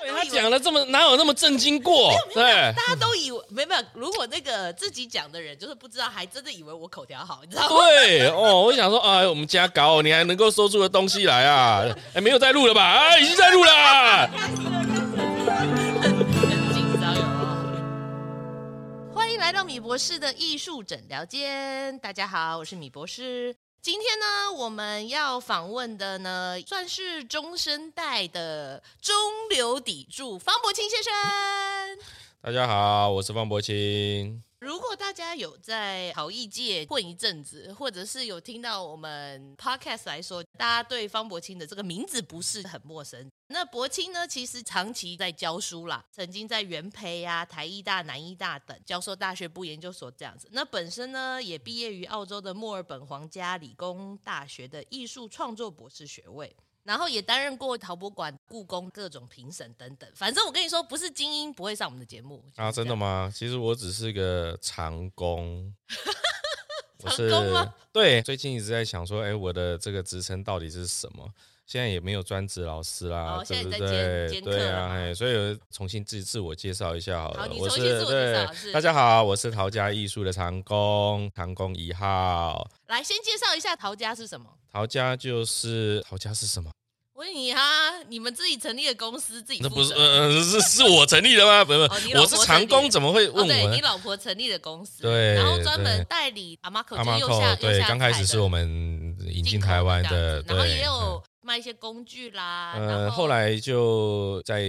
对他讲了这么哪有那么震惊过？对大家都以为没有没有，如果那个自己讲的人就是不知道，还真的以为我口条好，你知道吗？对哦，我想说哎，我们家搞你还能够说出的东西来啊？ 哎，没有在录了吧？啊，已经在录了啊。很紧张哟。欢迎来到米博士的艺术诊疗间，大家好，我是米博士。今天呢，我们要访问的呢，算是中生代的中流砥柱方伯清先生。大家好，我是方伯清。如果大家有在陶艺界混一阵子，或者是有听到我们 podcast 来说，大家对方伯清的这个名字不是很陌生。那伯清呢，其实长期在教书啦，曾经在元培啊、台艺大、南艺大等教授大学部研究所这样子。那本身呢，也毕业于澳洲的墨尔本皇家理工大学的艺术创作博士学位。然后也担任过陶博馆、故宫各种评审等等，反正我跟你说，不是精英不会上我们的节目啊，真的吗？吗？其实我只是个长 工。我是长工吗对，最近一直在想说，哎，我的这个职称到底是什么？现在也没有专职老师啦，哦对现不在对？在兼兼课对了啊，嘛哎，所以我重新自自我介绍一下好了。好你我重是新自我介绍是对大家好，我是陶家艺术的长工，长工一号。来，先介绍一下陶家是什么。陶家就是陶家是什么？问你哈，你们自己成立的公司自己那负不是责哦呃呃是是我成立的吗？不是，哦不你是，老我婆是长成立工，的怎么会哦，问对我呢你？老婆成立的公司，对然后专门对代理阿玛口，阿就是玛右下寇右对，下刚开始是我们们引进台湾的，然后对也有卖一些工具啦，嗯然呃，后来就在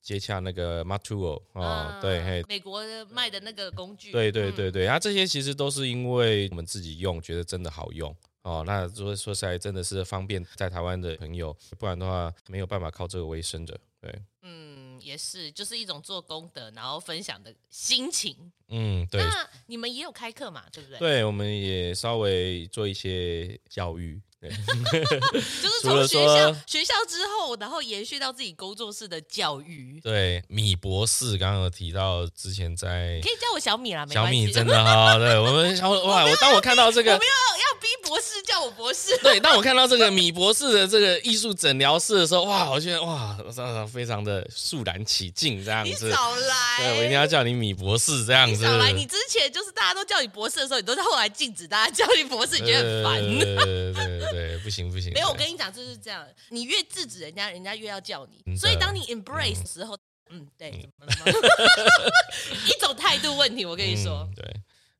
接洽那个 Matuo 哦嗯，对，嘿。美国卖的那个工具，对对嗯，对对，它、这些其实都是因为我们自己用，觉得真的好用哦。那说说实在，真的是方便在台湾的朋友，不然的话没有办法靠这个为生的。对，嗯，也是，就是一种做功德，然后分享的心情。嗯，对，那你们也有开课嘛，对不对？，对，我们也稍微做一些教育。对，就是除从了学校说学校之后，然后延续到自己工作室的教育。对，米博士刚刚有提到之前在可以叫我小米啦，没小关系。米真的哈、对我 们小哇，我当我看到这我个们，要要逼博士叫我博士，对，当我看 到这个米博士的这个艺术诊疗室的时候，哇，我觉得哇，非常的肃然起敬这样你子。少来，对，我一定要叫你米博士这样你子。少来。你之前就是大家都叫你博士的时候，你都是后来禁止大家叫你博士，你觉得很烦。对对对对对，不行不行。 没有，我跟你讲，就是这样，你越制止人家，人家越要叫真你。的所以当啊你 embrace 的时候，嗯，对，怎么了吗？ 一种态度问题，我跟你说嗯，对。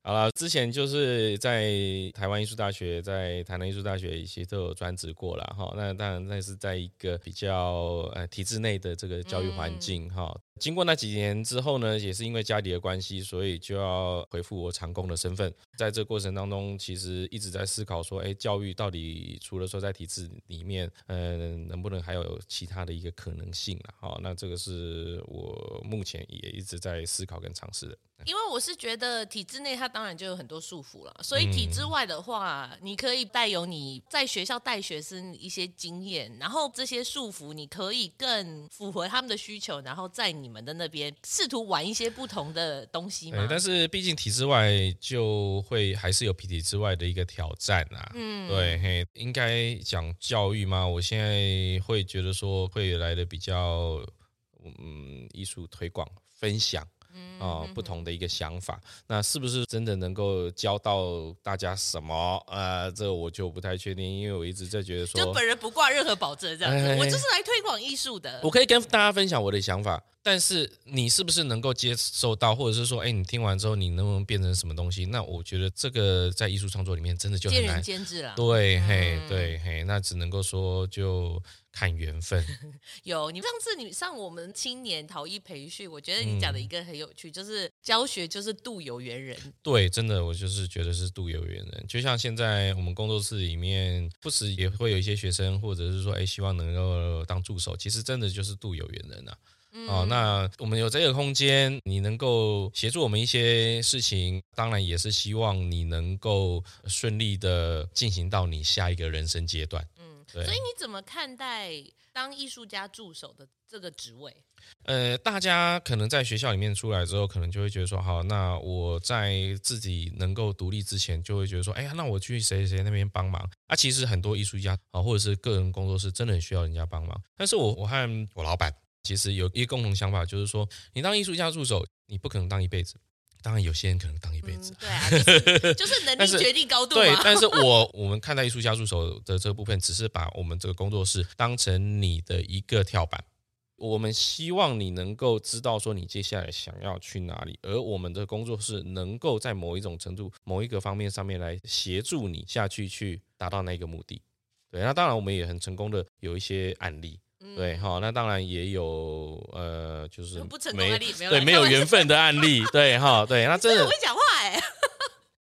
好了，之前就是在台湾艺术大学，在台南艺术大学一些都有专职过啦。哈。那当然，那是在一个比较呃体制内的这个教育嗯环境哈、经过那几年之后呢，也是因为家里的关系，所以就要回复我长工的身份。在这过程当中，其实一直在思考说，哎，教育到底除了说在体制里面，嗯，能不能还有其他的一个可能性啦？哈、那这个是我目前也一直在思考跟尝试的。因为我是觉得体制内它当然就有很多束缚了，所以体嗯制外的话，你可以带有你在学校带学生一些经验，然后这些束缚你可以更符合他们的需求，然后在你们的那边试图玩一些不同的东西嘛对，。哎但是毕竟体制外就会还是有体制外的一个挑战啊。嗯对，嘿，应该讲教育吗？我现在会觉得说会来的比较，嗯，艺术推广分享。嗯啊、不同的一个想法，那是不是真的能够教到大家什么？呃，这我就不太确定，因为我一直在觉得说，就本人不挂任何保证这样子，哎我就是来推广艺术的我。可以跟大家分享我的想法，但是你是不是能够接受到，或者是说，哎，你听完之后你能不能变成什么东西？那我觉得这个在艺术创作里面真的就见很难仁。见智啦，对，嘿嗯，对，嘿，那只能够说就看缘分。有你上次你上我们青年陶艺培训，我觉得你嗯讲的一个很有趣，就是教学就是渡有缘人，对，真的，我就是觉得是渡有缘人。就像现在我们工作室里面，不时也会有一些学生，或者是说，哎，希望能够当助手，其实真的就是渡有缘人啊。哦，那我们有这个空间，你能够协助我们一些事情，当然也是希望你能够顺利的进行到你下一个人生阶段。嗯，对所以。你怎么看待当艺术家助手的这个职位？呃，大家可能在学校里面出来之后，可能就会觉得说，好，那我在自己能够独立之前，就会觉得说，哎呀，那我去谁谁谁那边帮忙啊。其实很多艺术家啊，或者是个人工作室，真的很需要人家帮忙。但是我我和我老板其实有一个共同想法，就是说，你当艺术家助手，你不可能当一辈子。当然，有些人可能当一辈子嗯。对啊，就是 就是能但力是决定高 度对嘛，。但是我我们看待艺术家助手的这个部分，只是把我们这个工作室当成你的一个跳板。我们希望你能够知道说你接下来想要去哪里，而我们的工作室能够在某一种程度、某一个方面上面来协助你下去去达到那个目的。对，那当然我们也很成功的有一些案例，嗯对，好、那当然也有呃，就是不成功没案例没有啦对没有缘分的案例，对哈、对，那真 真的的很会讲话哎，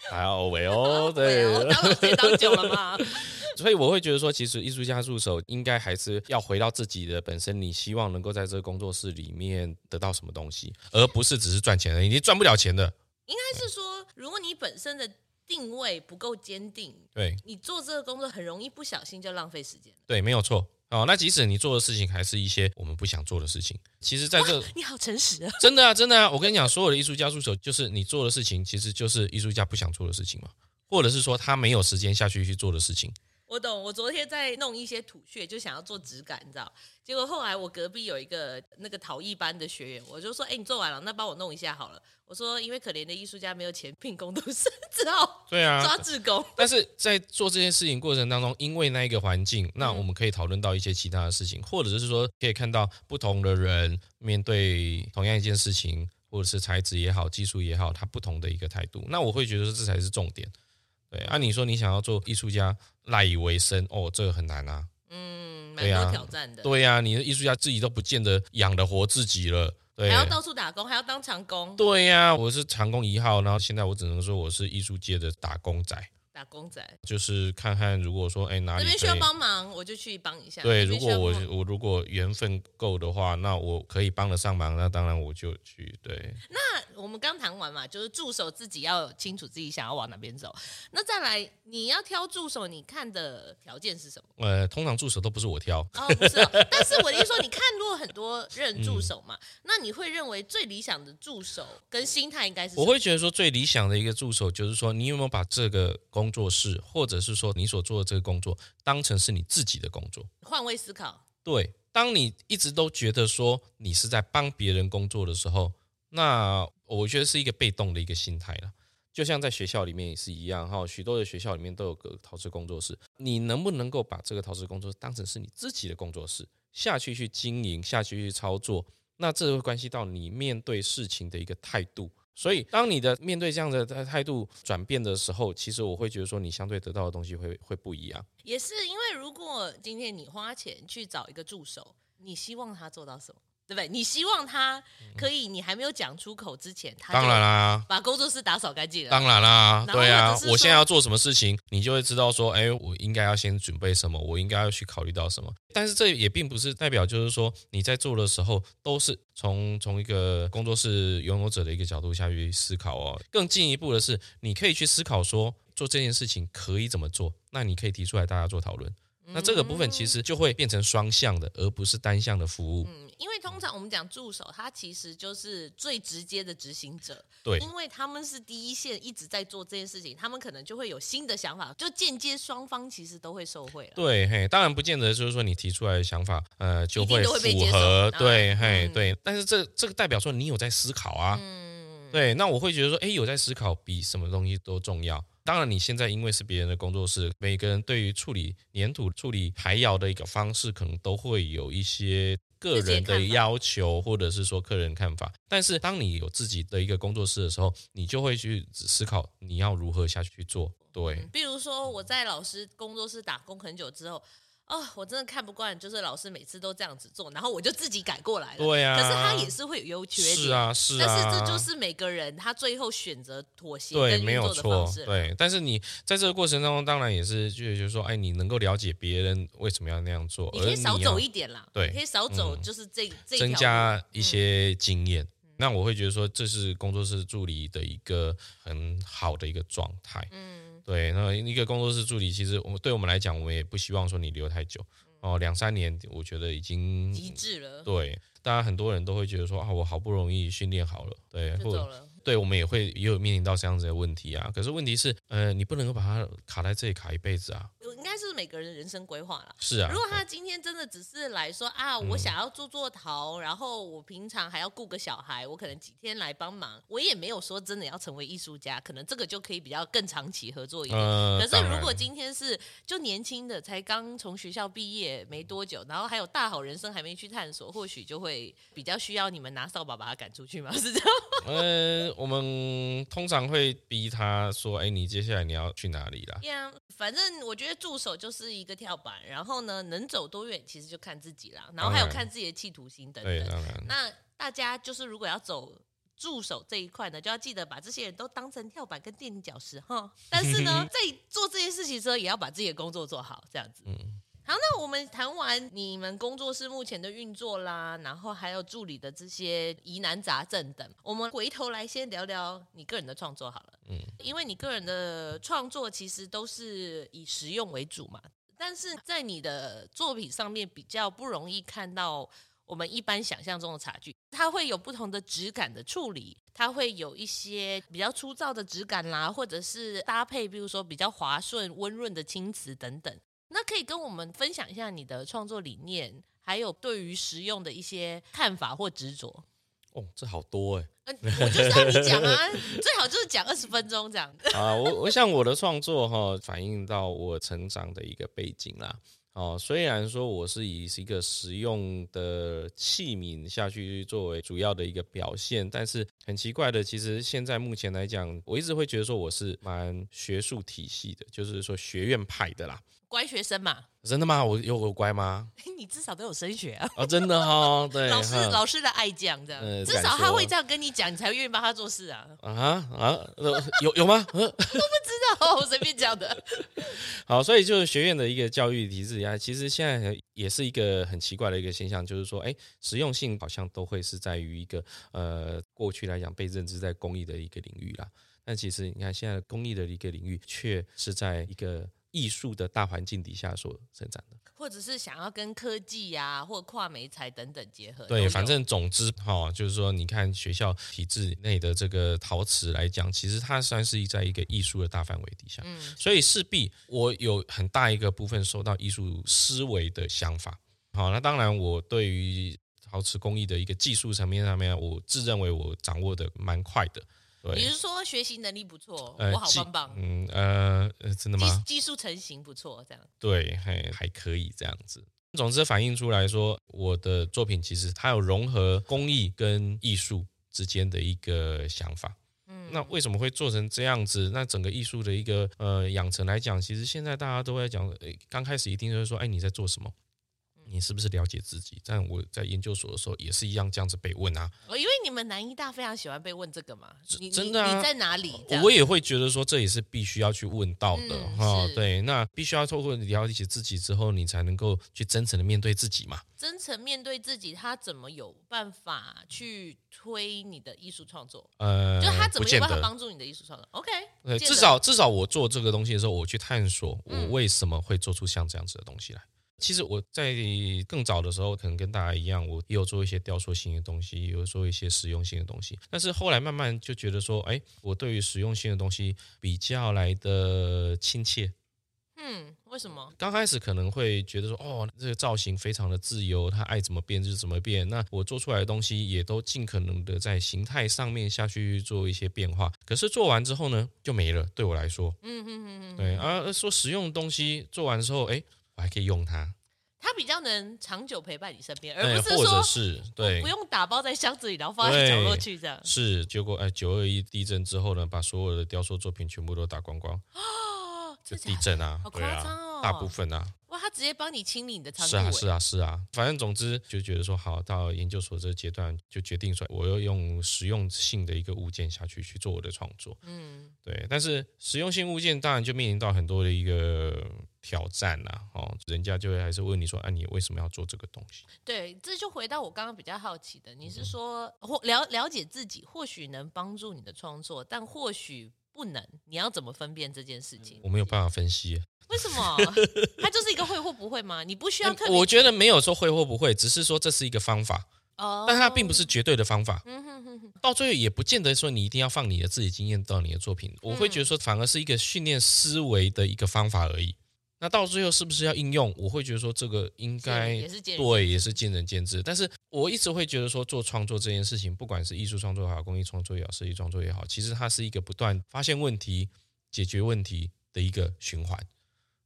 还好喂 哦，对对哦，，当老师也当久了嘛， 所以我会觉得说，其实艺术家助手应该还是要回到自己的本身，你希望能够在这个工作室里面得到什么东西，而不是只是赚钱而已，你赚不了钱的。应该是说，如果你本身的定位不够坚定，对你做这个工作很容易不小心就浪费时间了。对，没有错。哦，那即使你做的事情还是一些我们不想做的事情，其实在这你好诚实啊！真的啊，真的啊，我跟你讲，所有的艺术家助手就是你做的事情，其实就是艺术家不想做的事情嘛，或者是说他没有时间下去去做的事情。我懂，我昨天在弄一些土屑，就想要做质感，你知道？结果后来我隔壁有一个那个陶艺班的学员，我就说：“哎、你做完了，那帮我弄一下好了。”我说：“因为可怜的艺术家没有钱聘工读生， 只好对啊，抓志工。但是在做这件事情过程当中，因为那一个环境，那嗯我们可以讨论到一些其他的事情，或者是说可以看到不同的人面对同样一件事情，或者是材质也好、技术也好，他不同的一个态度。那我会觉得这才是重点。对，按、你说你想要做艺术家赖以为生，哦，这个很难啊。嗯，蛮对啊多挑战的，对呀、你的艺术家自己都不见得养得活自己了。对，还要到处打工，还要当长工，对呀、我是长工一号，然后现在我只能说我是艺术界的打工仔，打工仔。就是看看如果说哎哪那里边需可要以帮忙，我就去帮一下。对，那如边需果要我帮忙我如果缘分够的话，那我可以帮得上忙，那当然我就去。对，那我们刚谈完嘛，就是助手自己要清楚自己想要往哪边走。那再来，你要挑助手，你看的条件是什么？呃，通常助手都不是我挑，哦，不是、哦，但是我的意思说，你看过很多任助手嘛，那你会认为最理想的助手跟心态应该是什我么？会觉得说最理想的一个助手就是说，你有没有把这个工作室，或者是说你所做的这个工作，当成是你自己的工作？换位思考，对，当你一直都觉得说你是在帮别人工作的时候，那我觉得是一个被动的一个心态了。就像在学校里面也是一样哈，许多的学校里面都有个陶瓷工作室，你能不能够把这个陶瓷工作室当成是你自己的工作室下去去经营，下去去操作？那这会关系到你面对事情的一个态度。所以，当你的面对这样的态度转变的时候，其实我会觉得说，你相对得到的东西会会不一样。也是因为如果今天你花钱去找一个助手，你希望他做到什么？对不对？你希望他可以，你还没有讲出口之前，他嗯就当然啦、把工作室打扫干净了。当然啦，然后对啊或者是，说我现在要做什么事情，你就会知道说，哎，我应该要先准备什么，我应该要去考虑到什么。但是这也并不是代表，就是说你在做的时候都是从从一个工作室拥有者的一个角度下去思考哦。更进一步的是，你可以去思考说，做这件事情可以怎么做，那你可以提出来大家做讨论。那这个部分其实就会变成双向的，而不是单向的服务。嗯，因为通常我们讲助手，他其实就是最直接的执行者，对因为他们是第一线一直在做这件事情，他们可能就会有新的想法，就间接双方其实都会受惠了。对，嘿，当然不见得就是说你提出来的想法，呃，就一定都会被符接受合，当对，然嘿嗯，对。但是这这个代表说你有在思考啊，嗯，对。那我会觉得说，哎，有在思考比什么东西都重要。当然，你现在因为是别人的工作室，每个人对于处理粘土、处理排窑的一个方式，可能都会有一些个自己的人的看法要求，或者是说客人看法。但是，当你有自己的一个工作室的时候，你就会去思考你要如何下去做。对，比如说我在老师工作室打工很久之后，哦，我真的看不惯，就是老师每次都这样子做，然后我就自己改过来了。、对啊。可是他也是会有优缺点，是啊，是啊。但是这就是每个人他最后选择妥协对，跟没运有作的错方，式。对。但是你在这个过程当中，当然也是就就是说，哎，你能够了解别人为什么要那样做，你可而以你少要走一点啦，对你可以少走，嗯就是这、这一条增路嗯加一些经验。那我会觉得说，这是工作室助理的一个很好的一个状态。嗯，对，那一个工作室助理，其实我们对我们来讲，我们也不希望说你留太久哦，两三年，我觉得已经极致嗯了，对。当然，很多人都会觉得说啊，我好不容易训练好了，对，就或者走了。对我们也会也有面临到这样子的问题啊。可是问题是，呃，你不能够把它卡在这里卡一辈子啊。应该是每个人的人生规划啦。是啊嗯如，果他今天真的只是来说啊，我想要做做陶，然后我平常还要顾个小孩，我可能几天来帮忙，我也没有说真的要成为艺术家，可能这个就可以比较更长期合作一点。呃，可是当然如果今天是就年轻的，才刚从学校毕业没多久，然后还有大好人生还没去探索，或许就会比较需要你们拿扫把把他赶出去吗？ 是这样？呃，我们通常会逼他说：“哎、你接下来你要去哪里啦呀反正我觉得助手就是一个跳板，然后呢，能走多远其实就看自己啦，然后还有当然看自己的企图心？”等对，等。当然，那大家就是如果要走助手这一块呢，就要记得把这些人都当成跳板跟垫脚石哈。但是呢，在做这些事情的时候，也要把自己的工作做好，这样子。嗯好，那我们谈完你们工作室目前的运作啦，然后还有助理的这些疑难杂症等，我们回头来先聊聊你个人的创作好了。嗯，因为你个人的创作其实都是以实用为主嘛，但是在你的作品上面比较不容易看到我们一般想象中的差距，它会有不同的质感的处理，它会有一些比较粗糙的质感啦，或者是搭配，比如说比较滑顺、温润的青瓷等等。那可以跟我们分享一下你的创作理念，还有对于实用的一些看法或执着。哦，这好多哎、嗯、我就是要你讲啊， 最好就是讲二十分钟这样。啊，我我想我的创作哈、反映到我成长的一个背景啦。哦，虽然说我是以一个实用的器皿下去作为主要的一个表现，但是很奇怪的，其实现在目前来讲，我一直会觉得说我是蛮学术体系的，就是说学院派的啦。乖学生嘛，真的吗？我有我乖吗？你至少都有升学啊。哦，真的哦，对，老师哈老师的爱将这样，呃至敢少他说会这样跟你讲，你才愿意帮他做事啊。 啊啊，呃有有吗？呃知道我随便讲的。好，所以就是学院的一个教育体制啊，其实现在也是一个很奇怪的一个现象，就是说，哎，实用性好像都会是在于一个呃过去来讲被认知在工艺的一个领域啦，但其实你看现在的工艺的一个领域，却是在一个艺术的大环境底下所生长的。或者是想要跟科技呀、或跨媒材等等结合。都对，有反正总之哈、就是说，你看学校体制内的这个陶瓷来讲，其实它算是在一个艺术的大范围底下，嗯所以势必我有很大一个部分受到艺术思维的想法。好，那当然我对于陶瓷工艺的一个技术层面上面，我自认为我掌握的蛮快的。你对，是说学习能力不错，呃我好技棒棒，嗯呃，呃真的技吗？技术成型不错，这样对，还还可以这样子。总之反映出来说，我的作品其实它有融合工艺跟艺术之间的一个想法。嗯那为什么会做成这样子？那整个艺术的一个呃养成来讲，其实现在大家都在讲，诶刚开始一定就是说，哎，你在做什么？嗯你是不是了解自己？但我在研究所的时候也是一样这样子被问啊，哦因为你们南医大非常喜欢被问这个嘛，你真的啊你你在哪里？这样我也会觉得说这也是必须要去问到的嗯哈、是对，那必须要透过了解自己之后，你才能够去真诚的面对自己嘛。真诚面对自己，他怎么有办法去推你的艺术创作？呃，就他怎不么有见办法得帮助你的艺术创作？OK，对，见至得少至少我做这个东西的时候，我去探索我嗯为什么会做出像这样子的东西来。其实我在更早的时候，可能跟大家一样，我也有做一些雕塑性的东西，也有做一些实用性的东西。但是后来慢慢就觉得说，哎，我对于实用性的东西比较来的亲切。嗯，为什么？刚开始可能会觉得说，哦，这个造型非常的自由，它爱怎么变就怎么变。那我做出来的东西也都尽可能的在形态上面下去做一些变化。可是做完之后呢，就没了。对我来说，嗯嗯嗯嗯，对啊，说实用的东西做完之后，哎，我还可以用它，他比较能长久陪伴你身边，而对，不是哎或者说是对不，用打包在箱子里，然后放在角落对去这样。是结果哎，九二一地震之后呢，把所有的雕塑作品全部都打光光，哦，就这地震啊好，对夸张哦啊，大部分啊，哇，他直接帮你清理你的仓库、是欸啊，是啊，是啊，反正总之就觉得说好，到研究所这个阶段就决定说，我要用实用性的一个物件下去去做我的创作，嗯，对，但是实用性物件当然就面临到很多的一个挑战啦、哦，人家就会还是问你说，啊，你为什么要做这个东西？对，这就回到我刚刚比较好奇的，嗯你是说或了了解自己，或许能帮助你的创作，但或许不能，你要怎么分辨这件事情？嗯我没有办法分析，为什么？它就是一个会或不会吗？你不需要特别，嗯我觉得没有说会或不会，只是说这是一个方法，哦，但它并不是绝对的方法。嗯哼哼哼，到最后也不见得说你一定要放你嗯的自己经验到你的作品，我会觉得说反而是一个训练思维的一个方法而已。那到最后是不是要应用？我会觉得说这个应该也是见仁见智对，也是见仁见智。但是我一直会觉得说，做创作这件事情，不管是艺术创作也好，工艺创作也好，设计创作也好，其实它是一个不断发现问题、解决问题的一个循环。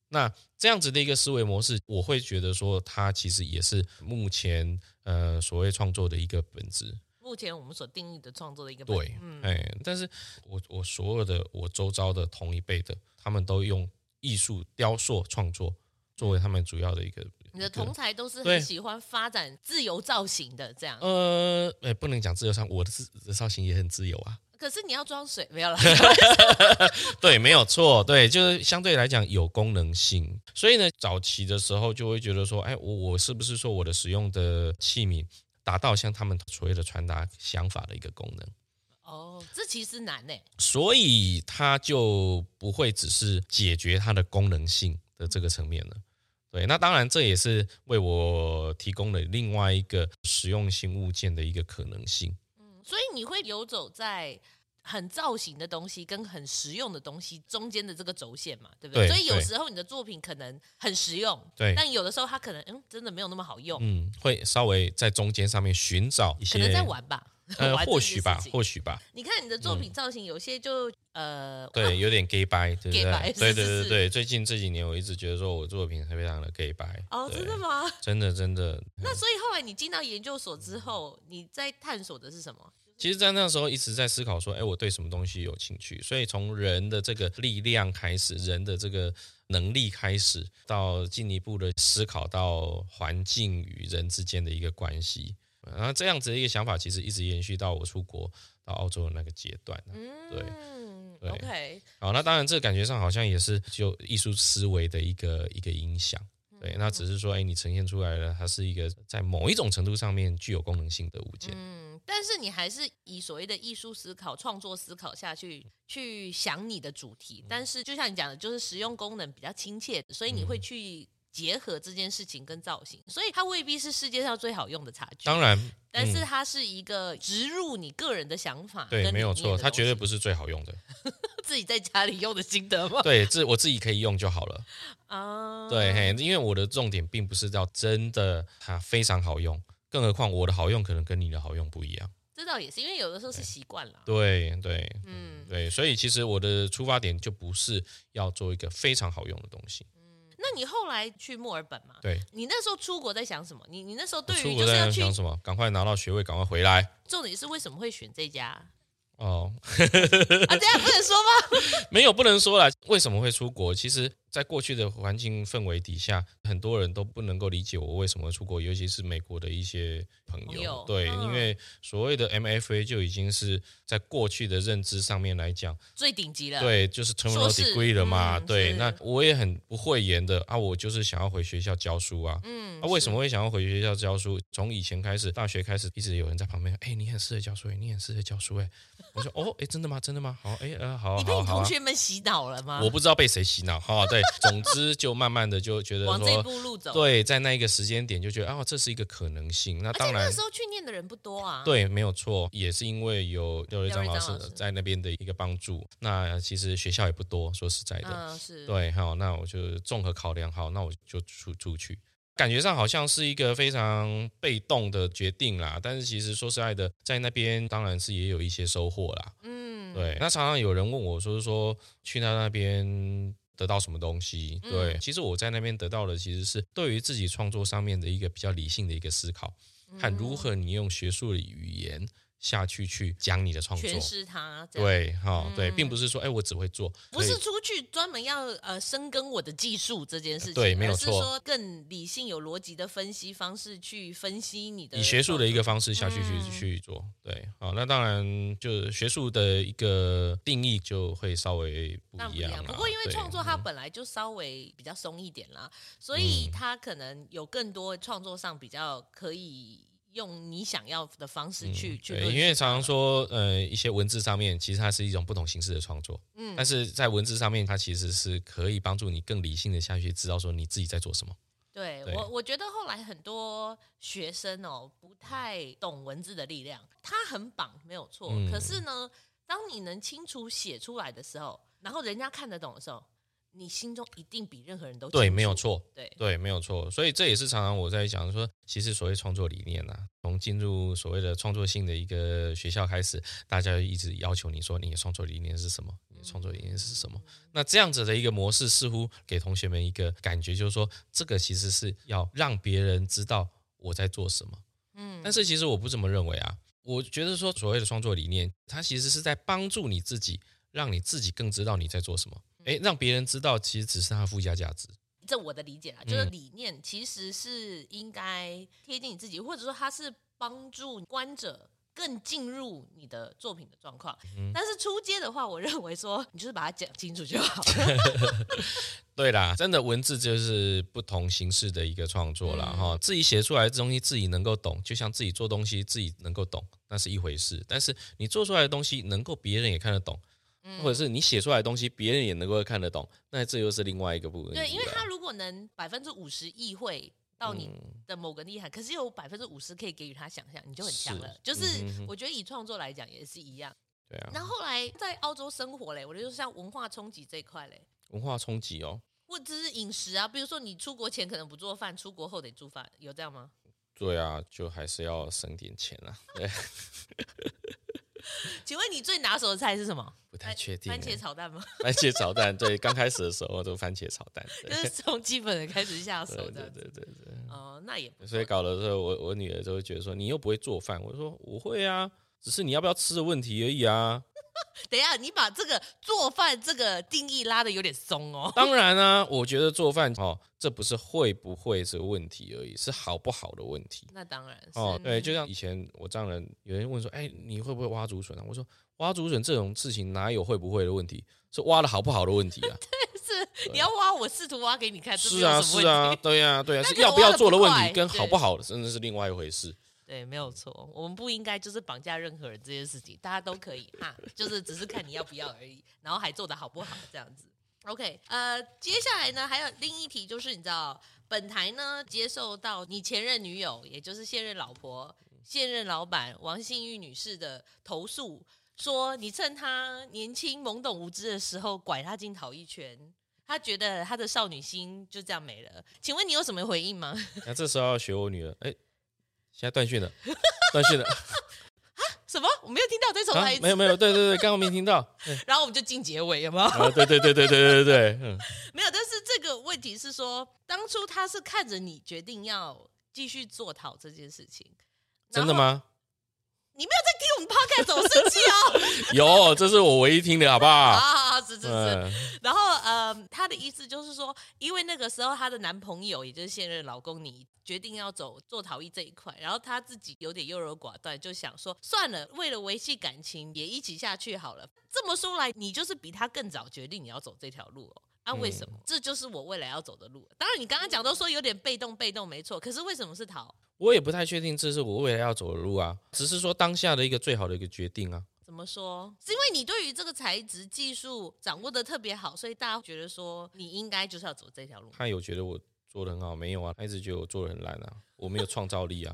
那这样子的一个思维模式，我会觉得说，它其实也是目前呃所谓创作的一个本质。目前我们所定义的创作的一个本对，哎，但是我我所有的我周遭的同一辈的，他们都用艺术雕塑创作作为他们主要的一个。你的一个同才都是对很喜欢发展自由造型的这样，呃，哎，不能讲自由上，我的自的造型也很自由啊。 可是你要装水没有了，对，没有错，对，就是相对来讲有功能性。所以呢，早期的时候就会觉得说，哎，我我是不是说我的使用的器皿达到像他们所谓的传达想法的一个功能？哦，这其实难呢、所以它就不会只是解决它的功能性的这个层面了。对，那当然这也是为我提供了另外一个实用性物件的一个可能性。所以你会游走在很造型的东西跟很实用的东西中间的这个轴线嘛，对不对？对所以有对时候你的作品可能很实用，对但有的时候它可能嗯真的没有那么好用，嗯，会稍微在中间上面寻找一些，可能在玩吧，呃， 玩这或件许事吧，情或许 吧，你看你的作品造型有些就、呃，对，有点 gay 掰，对不 gay 掰对？对对是是对是对，最近这几年我一直觉得说我作品非常的 gay 掰，哦，对嗯真的吗？ 真的真的，那所以后来你进到研究所之嗯后，你在探索的是什么？其实，在那时候一直在思考说，哎，我对什么东西有兴趣？所以从人的这个力量开始，人的这个能力开始，到进一步的思考到环境与人之间的一个关系。然后这样子的一个想法，其实一直延续到我出国到澳洲的那个阶段。嗯对，OK，好，那当然，这个感觉上好像也是就艺术思维的一个一个影响。对，那只是说，哎，你呈现出来了，它是一个在某一种程度上面具有功能性的物件。嗯，但是你还是以所谓的艺术思考、创作思考下去去想你的主题，嗯但是就像你讲的，就是实用功能比较亲切，所以你会去结合这件事情跟造型，所以它未必是世界上最好用的茶具。当然，但是嗯它是一个植入你个人的想法，对，没有错，它绝对不是是最好用的。 自己在家里用的心得吗？对，自我自己可以用就好了。啊，对，嘿，因为我的重点并不是要真的它非常好用，更何况我的好用可能跟你的好用不一样。这倒也是，因为有的时候是习惯了。对对嗯，对，所以其实我的出发点就不是要做一个非常好用的东西。那你后来去墨尔本嘛？对，你那时候出国在想什么？你你那时候我对出于国就是在要去想什么？赶快拿到学位，赶快回来。重点是为什么会选这家啊？哦，这样不能说吗？没有，不能说啦。为什么会出国？其实，在过去的环境氛围底下，很多人都不能够理解我为什么会出国，尤其是美国的一些朋友。朋友对，嗯因为所谓的 MFA 就已经是在过去的认知上面来讲， 最顶级了，，对，就是 terminal 硕士 degree 了嘛。嗯对，是那我也很不讳言的啊，我就是想要回学校教书啊。嗯那、为是什么会想要回学校教书？从以前开始，大学开始，一直有人在旁边，哎、你很适合教书、哎，你很适合教书、哎，我说，哦，哎、真的吗？真的吗？好，哎、呃，好，你被好，你好、啊同。学们洗脑了吗？我不知道被谁洗脑哈、 对，总之就慢慢的就觉得往这一说，步路走，。对，在那一个时间点就觉得哦，这是一个可能性。那而且当那然时，候去念的人不多啊，，对，没有错，也是因为有廖瑞章廖老瑞章师老师在那边的一个帮助。那其实学校也不多，说实在的，嗯，是，对，好，那我就综合考量，好，那我就出出去。感觉上好像是一个非常被动的决定啦，但是其实说实在的，在那边当然是也有一些收获啦。嗯，对，那常常有人问我，说是说去他那边得到什么东西？嗯对，其实我在那边得到的其实是对于自己创作上面的一个比较理性的一个思考，嗯看如何你用学术的语言下去去讲你的创作。全是他，这样，嗯对，哈、对，并不是说哎，我只会做，不所以是出去专门要呃深耕我的技术这件事情，对没有而是错说更理性有逻辑的分析方式去分析你的以学术的一个个方式下去去、嗯去做，对，好，那当然就是学术的一个定义就会稍微不那不一一样啦样，不过因为对啊嗯创作它本来就稍微比较松一点啦，所以它可能有更多创作上比较可以用你想要的方式去、去嗯对，论因述为常常说，呃，一些文字上面其实它是一种不同形式的创作，嗯，但是在文字上面，它其实是可以帮助你更理性的下去知道说你自己在做什么。对对我，我觉得后来很多学生哦，不太懂文字的力量，他很绑没有错，嗯可是呢，当你能清楚写出来的时候，然后人家看得懂的时候，你心中一定比任何人都对，清楚没有错，对对，没有错。所以这也是常常我在想说，其实所谓创作理念呐、啊从进入所谓的创作性的一个学校开始，大家一直要求你说你的创作理念是什么，你的创作理念是什么。嗯那这样子的一个模式，似乎给同学们一个感觉，就是说这个其实是要让别人知道我在做什么。嗯，但是其实我不这么认为啊，我觉得说所谓的创作理念，它其实是在帮助你自己，让你自己更知道你在做什么。嗯诶，让别人知道，其实只是它的附加价值。这我的理解啦，就是嗯理念其实是应该贴近你自己，或者说它是帮助观者更进入你的作品的状况。嗯但是出街的话，我认为说你就是把它讲清楚就好。 对啦，真的文字就是不同形式的一个创作啦。嗯哈、自己写出来的东西自己能够懂，就像自己做东西自己能够懂，那是一回事。但是你做出来的东西能够别人也看得懂，嗯或者是你写出来的东西别人也能够看得懂，那这又是啊嗯另外一个部分。对，因为它如果能百分之五十意会到你的某个厉害，可是有百分之五十可以给予他想象，你就很强是了。就是嗯哼哼我觉得以创作来讲也是一样。对啊，那后来在澳洲生活嘞，我觉得像文化冲击这一块嘞。文化冲击哦。或者是饮食啊，比如说你出国前可能不做饭，出国后得做饭，有这样吗？对啊，就还是要省点钱啊。对，请问你最拿手的菜是什么？不太确定欸。番茄炒蛋吗？番茄炒蛋，对，刚开始的时候都番茄炒蛋。就对是从基本的开始下手对的。对对对对。哦，那也不所以搞的时候，我我女儿就会觉得说，你又不会做饭。我说我会啊，只是你要不要吃的问题而已啊。等一下，你把这个做饭这个定义拉的有点松哦。当然啊，我觉得做饭哦，这不是会不会是问题而已，是好不好的问题。那当然 是嗯哦，对，就像以前我丈人有人问说，哎，你会不会挖竹笋啊？我说挖竹笋这种事情哪有会不会的问题，是挖的好不好的问题啊。是你要挖，我试图挖给你看，这是没有啊，什么问是题啊，，对啊，对啊， 那是可能要不要做的问挖得题，不跟快好不好真的是另外一回事。对，没有嗯错，我们不应该就是绑架任何人这件事情，大家都可以哈，就是只是看你要不要而已，然后还做的好不好这样子。OK，呃，接下来呢还有另一题，就是你知道本台呢接受到你前任女友，也就是现任老婆、嗯现任老板王幸玉女士的投诉，说你趁她年轻懵懂无知的时候拐她进陶艺圈。她觉得她的少女心就这样没了，请问你有什么回应吗？ 那这时候要学我女儿，哎，现在断讯了，断讯了，什么？我没有听到，再重啊来一，次。没有没有，对对对，刚刚没听到，对然后我们就进结尾，有没有？ 啊，对对对对对对对对，嗯，没有，但是这个问题是说，当初他是看着你决定要继续做陶这件事情，真的？吗？你没有在听我们 podcast，我生 气哦！有，这是我唯一听的，好不好？啊，是是是。嗯，然后呃，他的意思就是说，因为那个时候她的男朋友，也就是现任老公，你决定要走做陶艺这一块，然后她自己有点优柔寡断，就想说算了，为了维系感情，也一起下去好了。这么说来，你就是比他更早决定你要走这条路哦。啊，为什么？这就是我未来要走的路。当然，你刚刚讲都说有点被动，被动没错。可是为什么是陶？我也不太确定这是我未来要走的路啊，只是说当下的一个最好的一个决定啊。怎么说？是因为你对于这个材质技术掌握的特别好，所以大家觉得说你应该就是要走这条路吗。他有觉得我做的很好没有啊？他一直觉得我做的很烂啊，我没有创造力啊。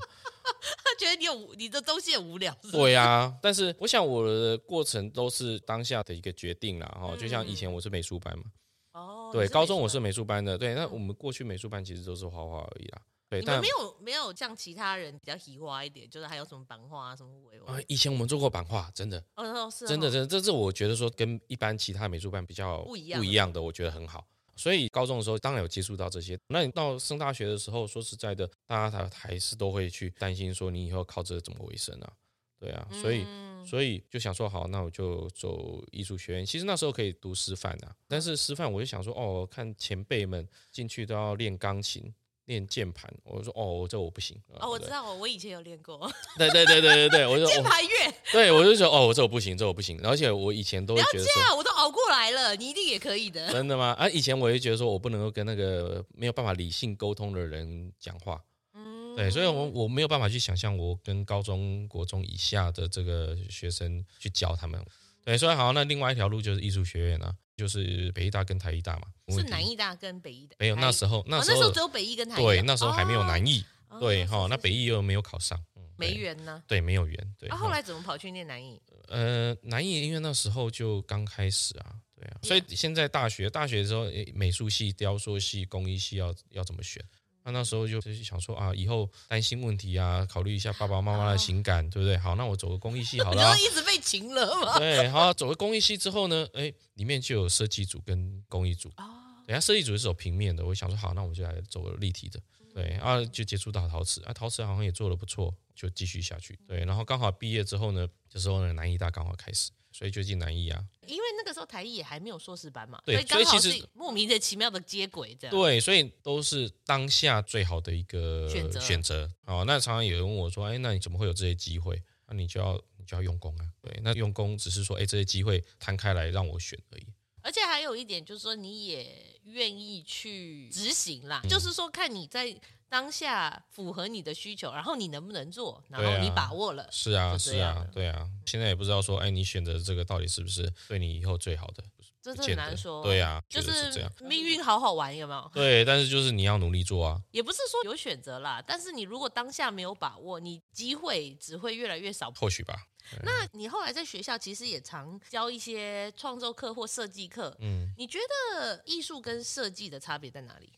他 觉得你有无你的东西很无聊，是不是 对啊，但是我想我的过程都是当下的一个决定啦。哈、就像以前我是美术班嘛，嗯哦，你对，美高中术我是班嗯美术班的，对，那我们过去美术班其实都是画画而已啦。对，你们但没有没有像其他人比较喜花一点，就是还有什么版画啊什么尾啊纹，，以前我们做过版画，真的，哦哦是哦真的，真的，这是我觉得说跟一般其他美术班比较不一样不的一样的，我觉得很好。所以高中的时候当然有接触到这些，那你到升大学的时候，说实在的，大家还还是都会去担心说你以后靠这怎么为生啊？对啊，所以、嗯所以就想说好，那我就走艺术学院。其实那时候可以读师范啊，但是师范我就想说哦，看前辈们进去都要练钢琴、练键盘，我就说哦，这我不行。哦我知道，我以前有练过对对对对对对，我就 键我盘乐，对我就觉得哦，这我不行，这我不行。而且我以前都会觉得说。啊我都熬过来了，你一定也可以的。真的吗？啊，以前我也觉得说我不能够跟那个没有办法理性沟通的人讲话，嗯，对，所以我我没有办法去想象我跟高中国中以下的这个学生去教他们，对，所以好，那另外一条路就是艺术学院啊，就是北艺大跟台艺大嘛，是问题南艺大跟北艺的，没有台那时候哦那时那时候候只有北艺跟台艺啊，对那时候还没有南艺，哦，对哦哈，是那是北艺又没有考上，嗯没对缘呢。对没有缘，对，啊，后齁来怎么跑去念南艺？呃南艺因为那时候就刚开始啊，对啊，所以现在大学大学的时候，诶美术系、雕塑系、工艺系要要怎么选？那那时候就就是想说啊，以后担心问题啊，考虑一下爸爸妈妈的情感，对不对？好，那我走个工艺系好你 了就啊。是一直被擒了 吗？对，好，走个工艺系之后呢，哎，里面就有设计组跟工艺组。哦，人家设计组是走平面的，我想说好，那我就来走个立体的。嗯对啊，就接触到陶瓷啊，陶瓷好像也做的不错，就继续下去。嗯对，然后刚好毕业之后呢，这时候呢，南艺大刚好开始，所以就进南艺啊。因为那个时候台艺也还没有硕士班嘛，对所以刚所好以其实是莫名的奇妙的接轨这样。对，所以都是当下最好的一个选择选择哦，那常常有人问我说：“哎，那你怎么会有这些机会？”那你就要你就要用功啊。对，那用功只是说，哎，这些机会摊开来让我选而已。而且还有一点就是说，你也愿意去执行啦，就是说看你在当下符合你的需求，然后你能不能做，然对后啊你把握了。是啊，就这是样啊了，对啊。现在也不知道说，哎，你选择这个到底是不是对你以后最好的？这不真的见很难得说。对啊，就觉得是这样。命运好好玩，有没有？对，但是就是你要努力做啊。也不是说有选择啦，但是你如果当下没有把握，你机会只会越来越少。或许吧，那你后来在学校其实也常教一些创作课或设计课，嗯，你觉得艺术跟设计的差别在哪里？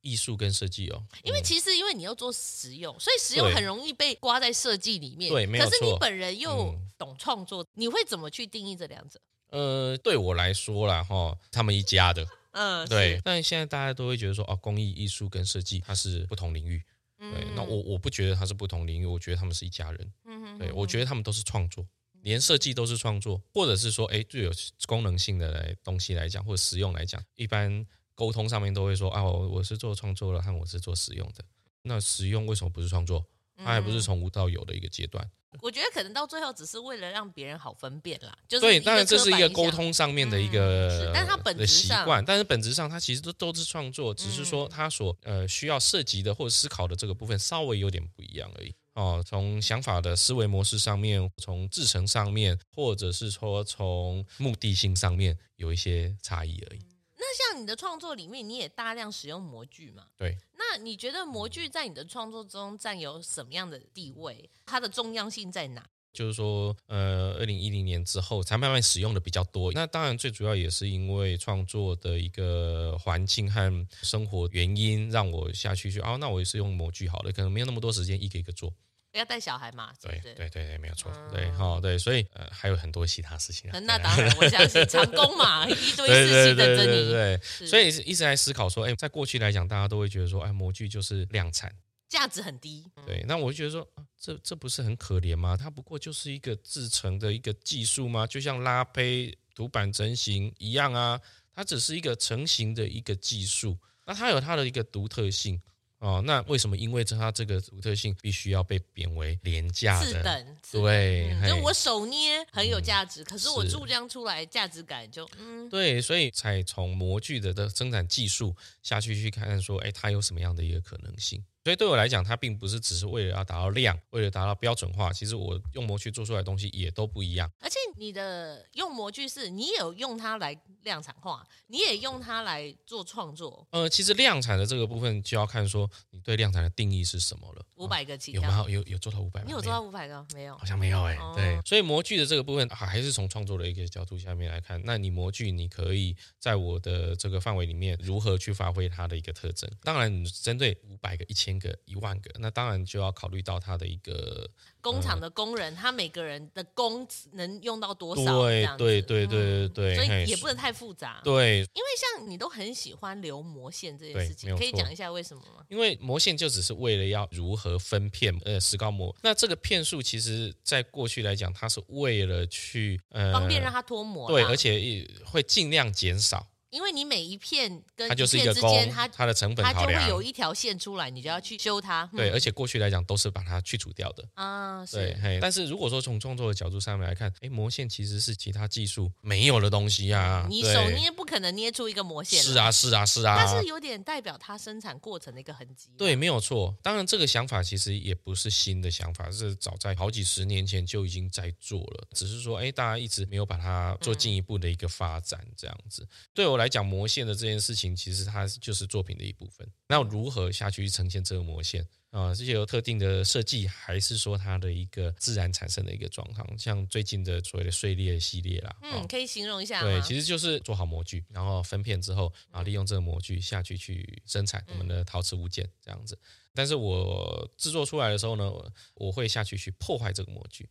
艺术跟设计哦，因为其实因为你要做实用，所以实用对很容易被刮在设计里面。对没有可是你错本人又嗯懂创作，你会怎么去定义这两者？呃，对我来说啦，哈，他们一家 的，嗯，对。但现在大家都会觉得说，哦，工艺、艺术跟设计它是不同领域，是，对。那我我不觉得它是不同领域，我觉得他们是一家人，嗯对。我觉得他们都是创作，连设计都是创作，或者是说，哎，具有功能性的来东西来讲，或者实用来讲，一般沟通上面都会说，啊，我我是做创作的，和我是做实用的。那实用为什么不是创作？它还不嗯是从无到有的一个阶段。我觉得可能到最后只是为了让别人好分辨啦，就是对，一个当然这刻是一板个印沟象。通上面的一嗯是个，但是它本的质习上嗯惯，但是本质上它其实都都是创作，只是说它所呃需要涉及的或者思考的这个部分稍微有点不一样而已。哦，从想法的思维模式上面，从制成上面，或者是说从目的性上面有一些差异而已。那像你的创作里面，你也大量使用模具嘛？对。那你觉得模具在你的创作中占有什么样的地位？它的重要性在哪？就是说，呃，二零一零年之后才慢慢使用的比较多。那当然，最主要也是因为创作的一个环境和生活原因，让我下去去哦，那我也是用模具好了，可能没有那么多时间一个一个做。要带小孩嘛？是不对是对对对，没有错。嗯对，好、对，所以呃，还有很多其他事情啊。嗯那当然，我相信 长 工嘛，一堆对事对对情等对对着对，你，所以以一直在思考说，哎，在过去来讲，大家都会觉得说，哎，模具就是量产。价值很低。嗯对，那我就觉得说，啊这这不是很可怜吗？它不过就是一个制成的一个技术吗？就像拉胚、涂板成型一样啊，它只是一个成型的一个技术，那它有它的一个独特性。哦，那为什么？因为这它这个独特性必须要被贬为廉价次的，等，次等对，嗯嘿就我手捏很有价值，可是我是注浆出来价值感就 嗯，对，所以才从模具的的生产技术下去去看看说，哎，它有什么样的一个可能性？所以对我来讲，它并不是只是为了要达到量，为了达到标准化，其实我用模具做出来的东西也都不一样。而且你的用模具是你也有用它来量产化，你也用它来做创作，呃，其实量产的这个部分就要看说你对量产的定义是什么了。啊五百个起有跳，吗？有有做到五百吗？你有没做到五百个没有好？像没有哎、哦对，所以模具的这个部分、啊还是从创作的一个角度下面来看，那你模具你可以在我的这个范围里面如何去发挥它的一个特征？当然，你针对五百个、一千个、一万个，那当然就要考虑到它的一个工厂的工人他每个人的工能用到多少？这对样子对对对对嗯所对，嘿以也不能太复杂。对，因为像你都很喜欢留魔线这件对事没情，有可以错讲一下为什么吗？因为磨线就只是为了要如何分片呃石膏模，那这个片数其实在过去来讲，它是为了去呃方便让它脱模啦。对，而且也会尽量减少。因为你每一片跟它一就是一片个之工间，，它它的成本它考就量会有一条线出来，你就要去修它。嗯对，而且过去来讲都是把它去除掉的。啊，对，是嘿，但是如果说从创作的角度上面来看，哎，魔线其实是其他技术没有的东西啊。嗯你对手捏不可能捏出一个魔线，是，啊，是啊，是它啊是。有点代表它生产过程的一个痕迹。对，没有错。当然，这个想法其实也不是新的想法，是早在好几十年前就已经在做了，只是说，哎，大家一直没有把它做进一步的一个发展，这样子。对我我来讲，魔线的这件事情，其实它就是作品的一部分。那如何下去呈现这个魔线啊？是由特定的设计，还是说它的一个自然产生的一个状况？像最近的所谓的碎裂系列啦，哦嗯，可以形容一下吗？对，其实就是做好模具，然后分片之后，然后利用这个模具下去去生产我嗯们的陶瓷物件这样子。但是我制作出来的时候呢，我我会下去去破坏这个模具，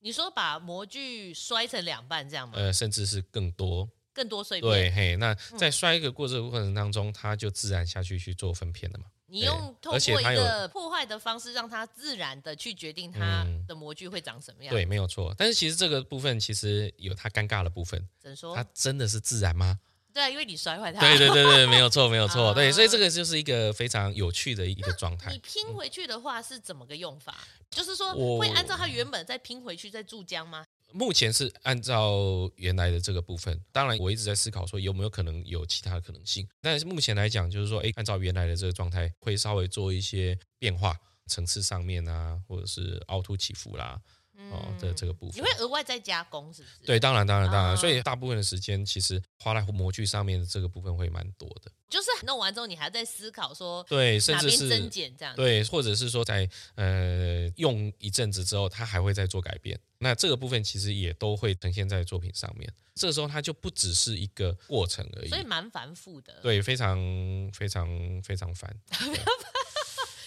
你说把模具摔成两半这样吗？呃，甚至是更多。更多碎对，片，嗯嘿，那在摔一个过这个过程当中，它就自然下去去做分片了嘛。你用对透而且过一它有个破坏的方式，让它自然的去决定它嗯的模具会长什么样。对，，没有错。但是其实这个部分其实有它尴尬的部分，怎么它说？真的是自然 吗？对啊，因为你摔坏它，对对对对，没有错，没有错。 啊对，所以这个就是一个非常有趣的一个状态你。拼回去的话是怎么个用法？就是说嗯我会按照它原本再拼回去再注浆吗？目前是按照原来的这个部分，当然我一直在思考说有没有可能有其他的可能性，但是目前来讲就是说，哎诶，按照原来的这个状态，会稍微做一些变化，层次上面啊，或者是凹凸起伏啦，哦的这个部你分嗯会。额外再加工是不是？对，，当然，当然，当啊然，所以大部分的时间其实花在模具上面的这个部分会蛮多的，就是弄完之后你还在思考说对，甚哪至边是增减这样子。对，或者是说在呃用一阵子之后，它还会再做改变。那这个部分其实也都会呈现在作品上面。这时候它就不只是一个过程而已所，以蛮繁复的。，对，非常非常非常 烦。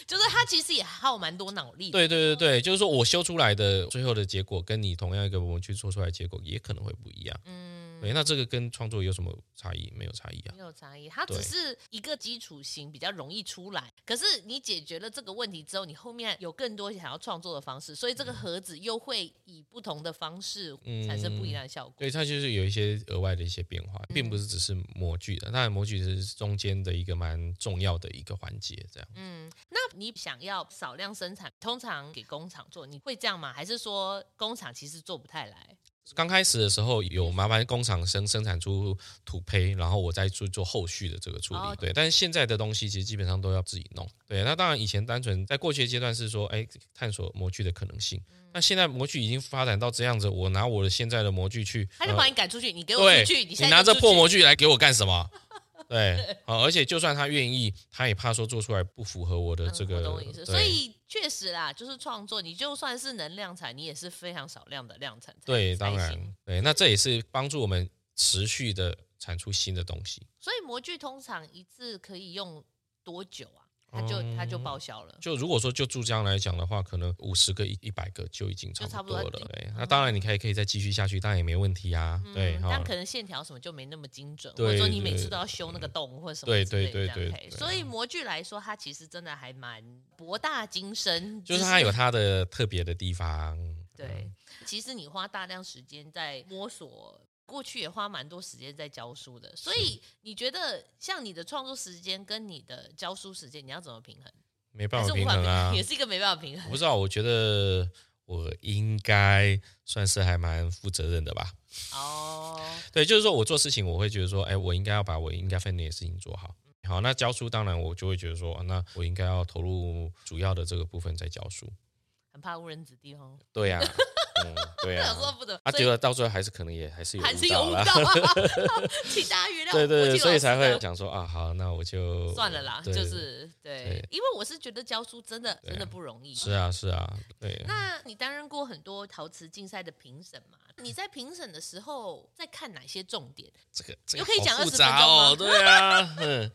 就是它其实也耗蛮多脑力。，对对对对，就是说我修出来的最后的结果，跟你同样一个模具做出来的结果也可能会不一样。嗯，对，那这个跟创作有什么差异？没有差异啊没。有差异，它对只是一个基础型比较容易出来。可是你解决了这个问题之后，你后面有更多想要创作的方式，所以这嗯个盒子又会以不同的方式产生不一样的效果。嗯对，它就是有一些额外的一些变化，并不是嗯只是模具的。当然，模具是中间的一个蛮重要的一个环节，这样。嗯，那你想要少量生产，通常给工厂做，你会这样吗？还是说工厂其实做不太来？刚开始的时候有麻烦工厂生生产出土胚，然后我再去做后续的这个处理。哦对，但是现在的东西其实基本上都要自己弄。对，那当然以前单纯在过去的阶段是说，哎，探索模具的可能性。嗯那现在模具已经发展到这样子，我拿我的现在的模具去，他就呃把你赶出去，你给我对出去，你你现在拿就着出破去模具来给我干什么？ 对，好，而且就算他愿意，他也怕说做出来不符合我的嗯这我个懂你意思，，所对以确实啦，就是创作，你就算是能量产，你也是非常少量的量产才。对，才当然行，对，那这也是帮助我们持续的产出新的东西。所以模具通常一次可以用多久啊？它就、它嗯就报销了。就如果说就注浆来讲的话，可能五十个一一百个就已经差就差不多多了。了对，那当然你可以可以再继续下去，当然也没问题啊。对嗯哈但可，能线条什么就没那么精准，对或者说你每次对都要修那个洞或者什么对之类的对这样对才对对所以模具来说，它其实真的还蛮博大精深，就是只它有它的特别的地方。对，嗯其实你花大量时间在摸索，过去也花蛮多时间在教书的，所以你觉得像你的创作时间跟你的教书时间，你要怎么平衡？没办还是法无平法衡啊。 也是一个没办法平我衡。不知道，我觉得我应该算是还蛮负责任的吧。哦，对，就是说我做事情，我会觉得说，哎，我应该要把我应该分内的事情做好。好，那教书当然我就会觉得说，啊那我应该要投入主要的这个部分在教书。很怕误人子弟 哦，对呀、嗯，对 呀、想说不得，啊，所结以果到最后还是可能也还是有 还是误有导误啦导，啊， 请大家原谅我。对对我对，记得所以老师才这会样讲说啊，好，那我就算了啦，对就是对对，因为我是觉得教书真的对啊真的不容易。是啊是啊，对。那你担任过很多陶瓷竞赛的评审嘛？你在评审的时候在看哪些重点？这个这个又可以讲好复20杂哦，分对啊，嗯。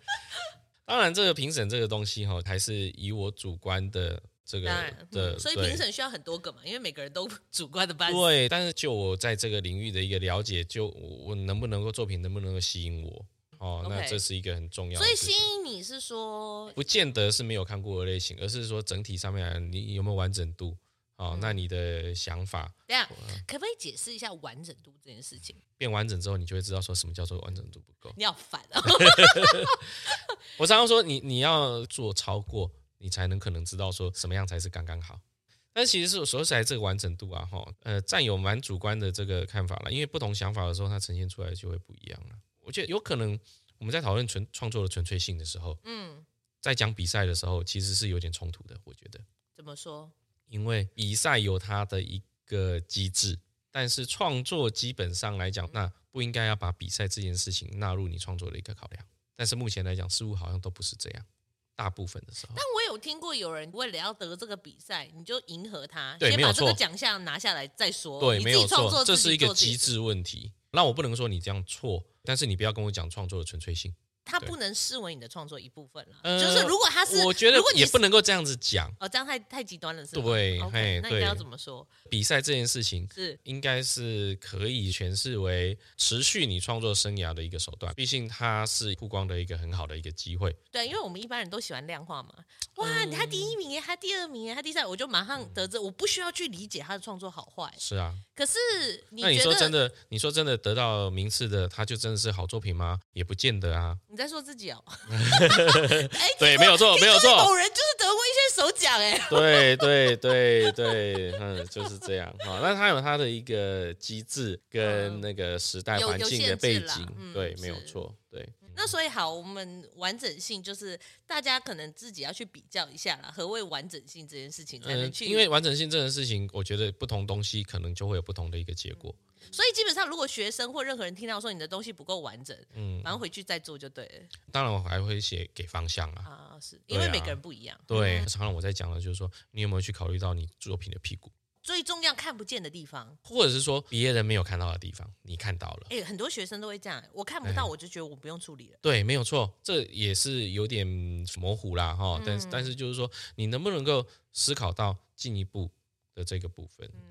当然，这个评审这个东西哈、还是以我主观的这个当然，的，嗯所以对评审需要很多个嘛，因为每个人都主观的班子。对，但是就我在这个领域的一个了解，就我我能不能够作品能不能够吸引我哦，那 OK 这是一个很重要的所以事情。吸引你是说，不见得是没有看过的类型，而是说整体上面来你有没有完整度哦，那你的想法等一下可不可以解释一下完整度这件事情？变完整之后，你就会知道说什么叫做完整度不够。你好烦 啊！我常常说你，你要做超过，你才能可能知道说什么样才是刚刚好。但其实是说起来，这个完整度啊，哈，呃，占有蛮主观的这个看法了，因为不同想法的时候，它呈现出来就会不一样了。我觉得有可能我们在讨论纯创作的纯粹性的时候，嗯，在讲比赛的时候，其实是有点冲突的。我觉得，怎么说？因为比赛有它的一个机制，但是创作基本上来讲，那不应该要把比赛这件事情纳入你创作的一个考量。但是目前来讲，似乎好像都不是这样，大部分的时候但。我有听过有人为了要得这个比赛，你就迎合他，对先没有把这个错奖项拿下来再说。对，你没自己有创错，作这自己是一个做自己机制问题。那我不能说你这样错，但是你不要跟我讲创作的纯粹性。它对不能视为你的创作一部分了。呃就是如果它是，我觉得如果你也是不能够这样子讲。哦，这样太太极端了，是吧？对 o 嘿 k 那应该要对怎么说？比赛这件事情是应该是可以诠释为持续你创作生涯的一个手段，毕竟它是曝光的一个很好的一个机会。对，因为我们一般人都喜欢量化嘛。哇，他嗯第一名耶，他第二名耶，他第三，我就马上得知，我不需要去理解他的创作好坏。是啊，可是你那你觉说真得的，你说真的得到名次的，它就真的是好作品吗？也不见得啊。你在说自己哦？ 对，没有错，没有就是错某。人就是得过一些首奖哎。 对对对对，嗯，就是这样哈。那它有它的一个机制跟嗯那个时代有环有境限的制背啦景，嗯对，没有是错，对。那所以好，我们完整性就是大家可能自己要去比较一下啦，何谓完整性这件事情才能嗯，去。因为完整性这件事情，我觉得不同东西可能就会有不同的一个结果。所以基本上，如果学生或任何人听到说你的东西不够完整，嗯，然后回去再做就对了当然我还会写给方向啊。啊，是对因为啊每个人不一样。嗯对，常常我在讲的就是说，你有没有去考虑到你作品的屁股，最重要看不见的地方，或者是说别人没有看到的地方，你看到了。哎，很多学生都会这样，我看不哎到我就觉得我不用处理了。对，没有错，这也是有点模糊啦哈。但是、嗯但是就是说，你能不能够思考到进一步的这个部分，嗯，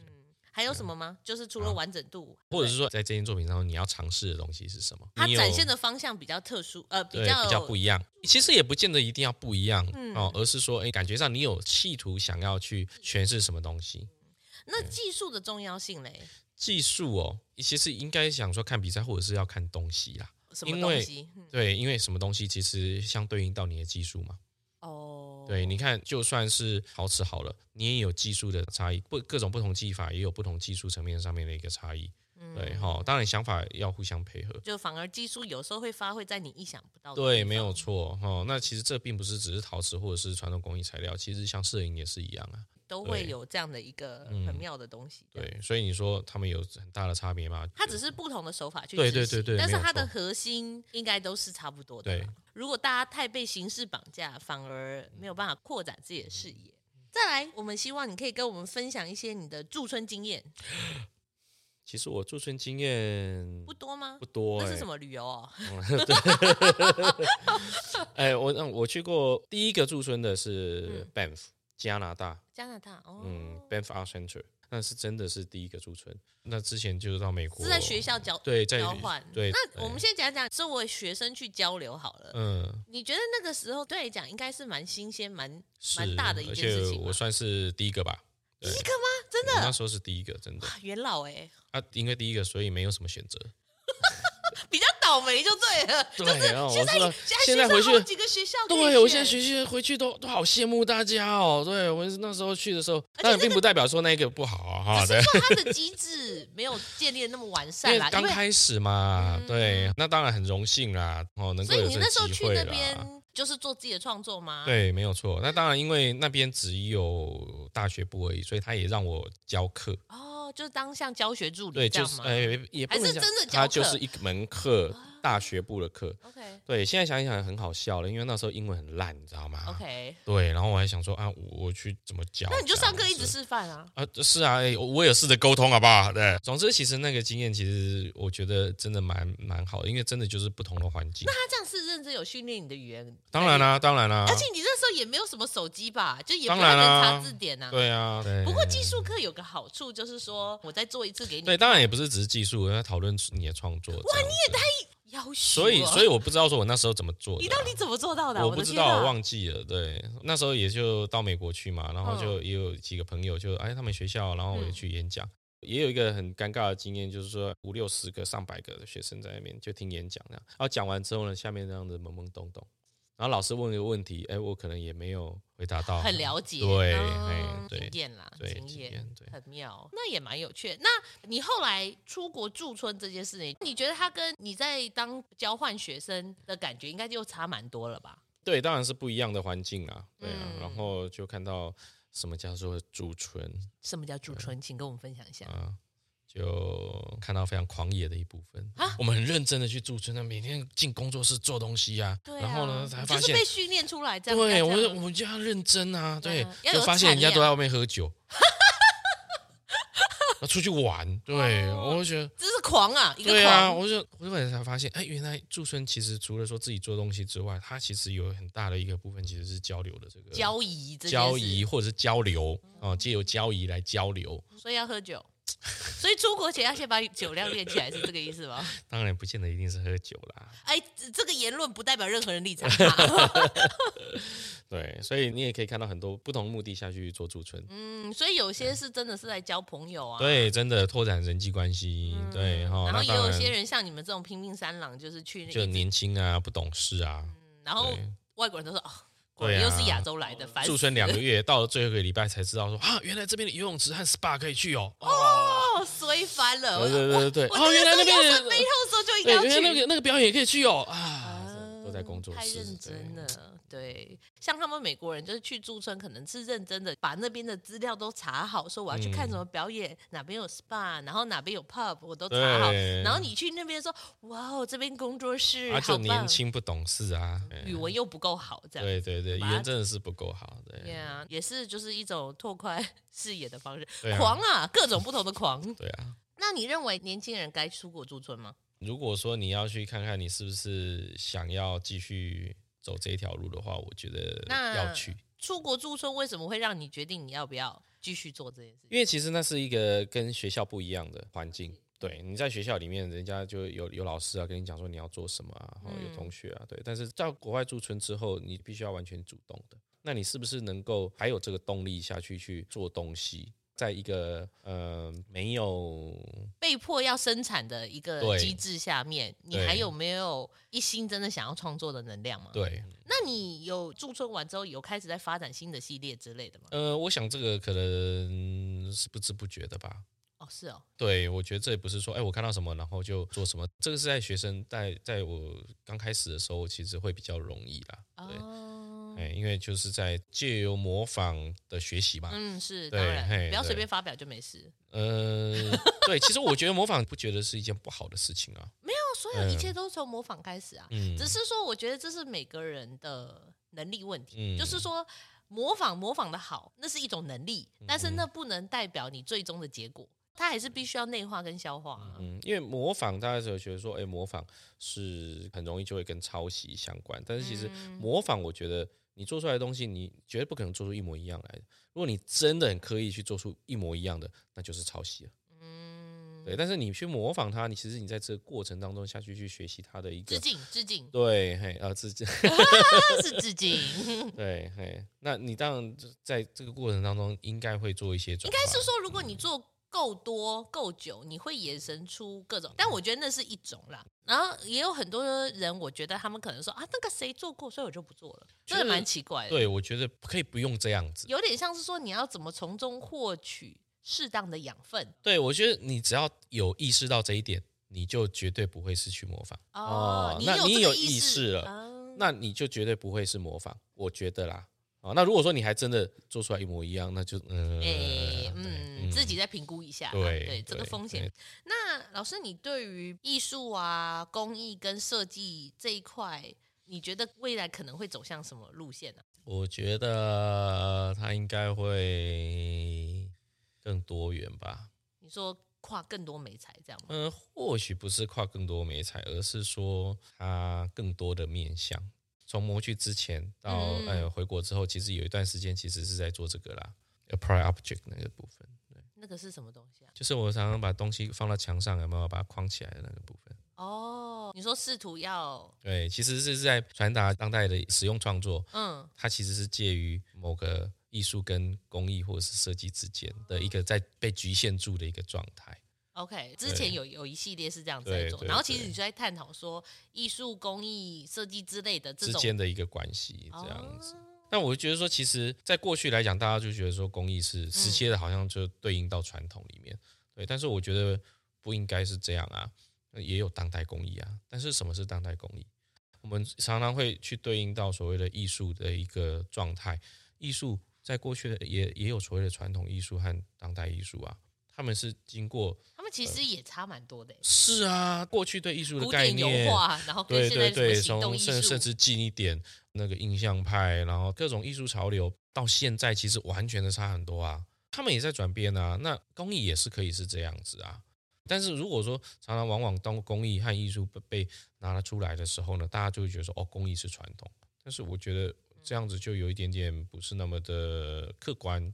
还有什么吗？就是除了完整度，啊或者是说，在这件作品上你要尝试的东西是什么？它你有展现的方向比较特殊，呃，比对较比较不一样。其实也不见得一定要不一样、嗯哦，而是说，哎，感觉上你有企图想要去诠释什么东西。那技术的重要性嘞，技术哦，其实应该想说看比赛，或者是要看东西啦。什么因东为西？嗯对，因为什么东西其实相对应到你的技术嘛。哦，对，你看，就算是陶瓷好了，你也有技术的差异，不各种不同技法也有不同技术层面上面的一个差异。嗯对哈、当然想法要互相配合。 就反而技术有时候会发挥在你意想不到的。对，没有。错哈、哦。那其实这并不是只是陶瓷或者是传统工艺材料，其实像摄影也是一样啊。都会对嗯有这样的一个很妙的东西。这样，对，所以你说他们有很大的差别吗？它只是不同的手法去对执对行对对但是没有它的错核心应该都是差不多的对啦。如果大家太被形式绑架，反而没有办法扩展自己的视野。再来，我们希望你可以跟我们分享一些你的驻村经验，其实我驻村经验不多吗不？多、那欸，是什么旅游哦？哎，我嗯，我去过第一个驻村的是嗯 Banff，、加拿大，加拿大哦，嗯，Banff Art Center，那是真的是第一个驻村。那之前就是到美国，是在学校交对，在交换。对，那我们对先讲讲作为学生去交流好了。嗯你觉得那个时候对你讲应该是蛮新鲜、蛮是蛮大的一件事而且情吧我？算是第一个吧，第对一个吗？真我那的？时候是第一个，真的哇元老哎、啊，因为第一个，所以没有什么选择。比较倒霉 就对了。对啊，我现在知道现现在学回校去好几个学校可以对，我现在选学习回去都都好羡慕大家哦。对我那时候去的时候，且当然那并不代表说那个不好啊哈。对，但它的机制没有建立得那么完因善为啦，因刚为嗯开始嘛，对，那当然很荣幸啦，哦，能够所以有你这那个时候机去会那啦。边就是做自己的创作吗？，对，没有错。那当然，因为那边只有大学部而已，所以他也让我教课。哦，就是当像教学助对，理这就样是吗呃，也不还能是讲真的，教他就课是一门课，大学部的课。 ？OK 对，现在想一想很好笑了，因为那时候英文很烂，你知道吗 OK，对，然后我还想说啊，我我去怎么教？那你就这样上课一直子示范啊。啊，是啊，哎我我也试着沟通，好不好？对，总之其实那个经验，其实我觉得真的蛮蛮好的，因为真的就是不同的环境。他这样是认真有训练你的语言，当然啦、啊当然啦、而且你那时候也没有什么手机吧，就也不当太然能啦查字典啊。对啊，对不过技术课有个好处就是说，我再做一次给你，对，当然也不是只是技术，要讨论你的创作。哇，你也太……要求。啊所以，所以我不知道说我那时候怎么做的啊、你到底怎么做到的啊？我的不知天哪道，我忘记了。对，那时候也就到美国去嘛，然后嗯就也有几个朋友就哎他们学校，然后我也去演讲，也有一个很尴尬的经验，就是说五六十个、上百个的学生在那边就听演讲这样，然后讲完之后呢，下面这样子懵懵懂懂，然后老师问一个问题，哎，我可能也没有回答到，很了解，对，哎嗯，对经。验啦，对经经验验，对很妙，那也蛮有趣的。那你后来出国驻村这件事情，你觉得它跟你在当交换学生的感觉，应该就差蛮多了吧？对，当然是不一样的环境啊，对啊，嗯然后就看到什么叫做驻村什么叫驻村？请跟我们分享一下。嗯啊，就看到非常狂野的一部分。啊我们很认真的去驻村，啊那每天进工作室做东西啊，对啊，然后呢才你发就是现被，训练出来这样。对要我这就样我们就要认真啊，对嗯，要就有发现人家产都量在外面喝酒， 那出去玩，对，哦我就觉得。这是狂啊，一个对啊，狂。我就我就后来才发现，哎，原来驻村其实除了说自己做东西之外，它其实有很大的一个部分其实是交流的这个交易这件事嗯交易，或者是交流哦，借由交易来交流，所以要喝酒。 所以出国前要先把酒量练起来，是这个意思吗？当然不见得一定是喝酒啦。 哎，这这个言论不代表任何人立场啊。对，所以你也可以看到很多不同目的下去做驻村。 嗯，所以有些是真的是在交朋友啊。。对，真的拓展人际关系，对哈。嗯然后那也当有然些人像你们这种拼命三郎，就是去那就个，年轻啊，不懂事啊，嗯然后对外国人都说哦，果对然啊又是亚洲来的，烦驻死村两个月，到了最后一个礼拜才知道说啊，原来这边的游泳池和 SPA 可以去哦。哦，哦，衰翻了。对对对对对，我哦，原来那边有的飞肉的时候就一定对，要原来那去。个那个表演也可以去哦啊啊，都在工作太室，认真对了。对，像他们美国人就是去驻村，可能是认真的把那边的资料都查好，说我要去看嗯什么表演，哪边有 SPA，然后哪边有 pub，我都查好。对然后你去那边说，哇哦，这边工作室、啊，好就棒年，轻不懂事啊，语文又不够好，这样。对对对，语把它言真的是不够好，对 Yeah，也是就是一种拓宽视野的方式，对啊狂啊，各种不同的狂。 对啊。那你认为年轻人该出国驻村吗？如果说你要去看看你是不是想要继续走这一条路的话，我觉得那要去，出国驻村为什么会让你决定你要不要继续做这件事情？因为其实那是一个跟学校不一样的环境。对，你在学校里面，人家就有有老师啊跟你讲说你要做什么啊，然后有同学啊，对。但是到国外驻村之后，你必须要完全主动的。那你是不是能够还有这个动力下去去做东西？在一个呃没有被迫要生产的一个对机制下面，你对还有没有一心真的想要创作的能量吗？，对那你有驻村完之后有开始在发展新的系列之类的吗？呃，我想这个可能是不知不觉的吧。哦，是哦，对，我觉得这也不是说，哎，我看到什么然后就做什么，这个是在学生在在我刚开始的时候，其实会比较容易啦。对，哦，哎、因为就是在借由模仿的学习嘛。嗯，是啊对当然，嘿不要对随便发表就没事。嗯呃，对，其实我觉得模仿不觉得是一件不好的事情 啊。哦，所有一切都从模仿开始啊，嗯，只是说我觉得这是每个人的能力问题，嗯就是说。模仿模仿的好，那是一种能力，嗯但是那不能代表你最终的结果，它还是必须要内化跟消化、啊。嗯，因为模仿大家就觉得说，哎，模仿是很容易就会跟抄袭相关，但是其实嗯模仿，我觉得你做出来的东西，你绝对不可能做出一模一样来的。如果你真的很刻意去做出一模一样的，那就是抄袭了。嗯，对，但是你去模仿它，你其实你在这个过程当中下去去学习它的一致个。敬致敬，对，嘿，啊，自己这是致敬， 应对，嘿，那你当然就是在这个过程当中应该会做一些转该换，是说，如果你做够多够久，你会衍生出各种，但我觉得那是一种啦。然后也有很多人，我觉得他们可能说啊，那个谁做过，所以我就不做了，觉真得的蛮奇怪的。对我觉得可以不用这样子。有点像是说你要怎么从中获取适当的养分对我觉得你只要有意识到这一点，你就绝对不会失去模仿。哦哦，你那有你这有个意识了啊那你就绝对不会是模仿，我觉得啦。啊，那如果说你还真的做出来一模一样，那就嗯，哎对，嗯，自己再评估一下啦，对对这个对风险对。那老师，你对于艺术啊、工艺跟设计这一块，你觉得未来可能会走向什么路线呢、我觉得它应该会更多元吧。你说跨更多美材这样吗？嗯、或许不是跨更多美彩，而是说它更多的面向。从模具之前到嗯呃回国之后，其实有一段时间其实是在做这个啦，apply object 那个部分，那个是什么东西啊？就是我常常把东西放到墙上，有没有把它框起来的那个部分？哦，你说试图要，对，其实是在传达当代的使用创作，嗯，它其实是介于某个艺术跟工艺或者是设计之间的一个在被局限住的一个状态。 OK，之前有有一系列是这样子在对做，对然后其实对你就在探讨说艺术、工艺、设计之类的这之种间的一个关系，这样子。哦那我就觉得说，其实，在过去来讲，大家就觉得说工艺嗯是直接的，好像就对应到传统里面，对。但是我觉得不应该是这样啊，也有当代工艺啊。但是什么是当代工艺？我们常常会去对应到所谓的艺术的一个状态。艺术在过去的也也有所谓的传统艺术和当代艺术啊，他们是经过他们其实也差蛮多的欸，是啊，过去对艺术的古概典念油，画，然后跟对哦现在对什么对，行动从艺甚术甚，至近一点那个印象派，然后各种艺术潮流，到现在其实完全的差很多啊。他们也在转变啊，那工艺也是可以是这样子啊。但是如果说常常往往当工艺和艺术被被拿了出来的时候呢，大家就会觉得说哦，工艺是传统。但是我觉得这样子就有一点点不是那么的客观。